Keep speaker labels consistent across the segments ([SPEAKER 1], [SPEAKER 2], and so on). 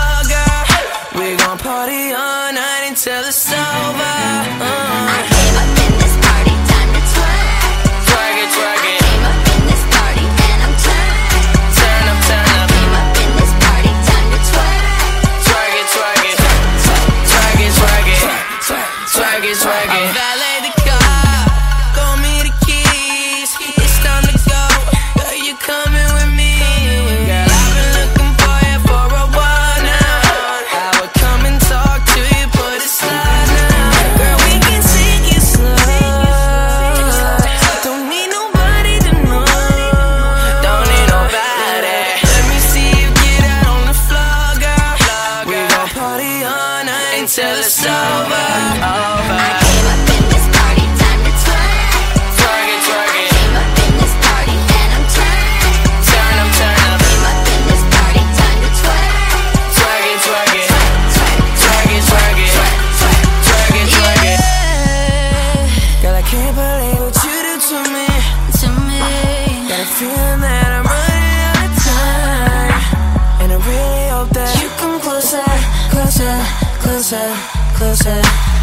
[SPEAKER 1] Uh-huh.
[SPEAKER 2] twerk
[SPEAKER 1] I
[SPEAKER 2] it.
[SPEAKER 1] valet the car, throw me the keys. It's time to go. Girl, you coming with me? Girl, I've been looking for you for a while now. I would come and talk to you, put it slide now. Girl, we can take it slow. Don't need nobody to know. Don't need nobody. Let me see you get out on the floor, girl. We gon' party all night until it's over. Over. Twerk it, twerk it. Turn up, turn up. Twerk it, twerk it. Twerk it, twerk it. Twerk it, twerk it. Girl, I can't believe what you do to me. Got a feeling that I'm running out of time. And I really hope that you come closer, closer, closer, closer,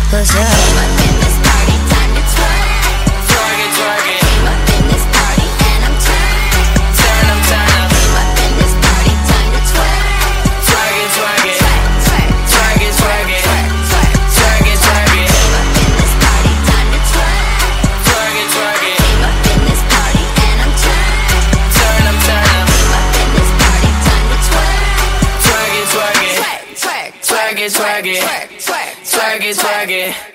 [SPEAKER 1] closer. Twerk it, twerk it. Turn up, turn up. Twerk it, twerk it. Twerk it, twerk it. Twerk it, twerk it. Twerk it, twerk it. Turn up, turn up. Twerk it, twerk it. Twerk it, twerk it. Twerk it, twerk it.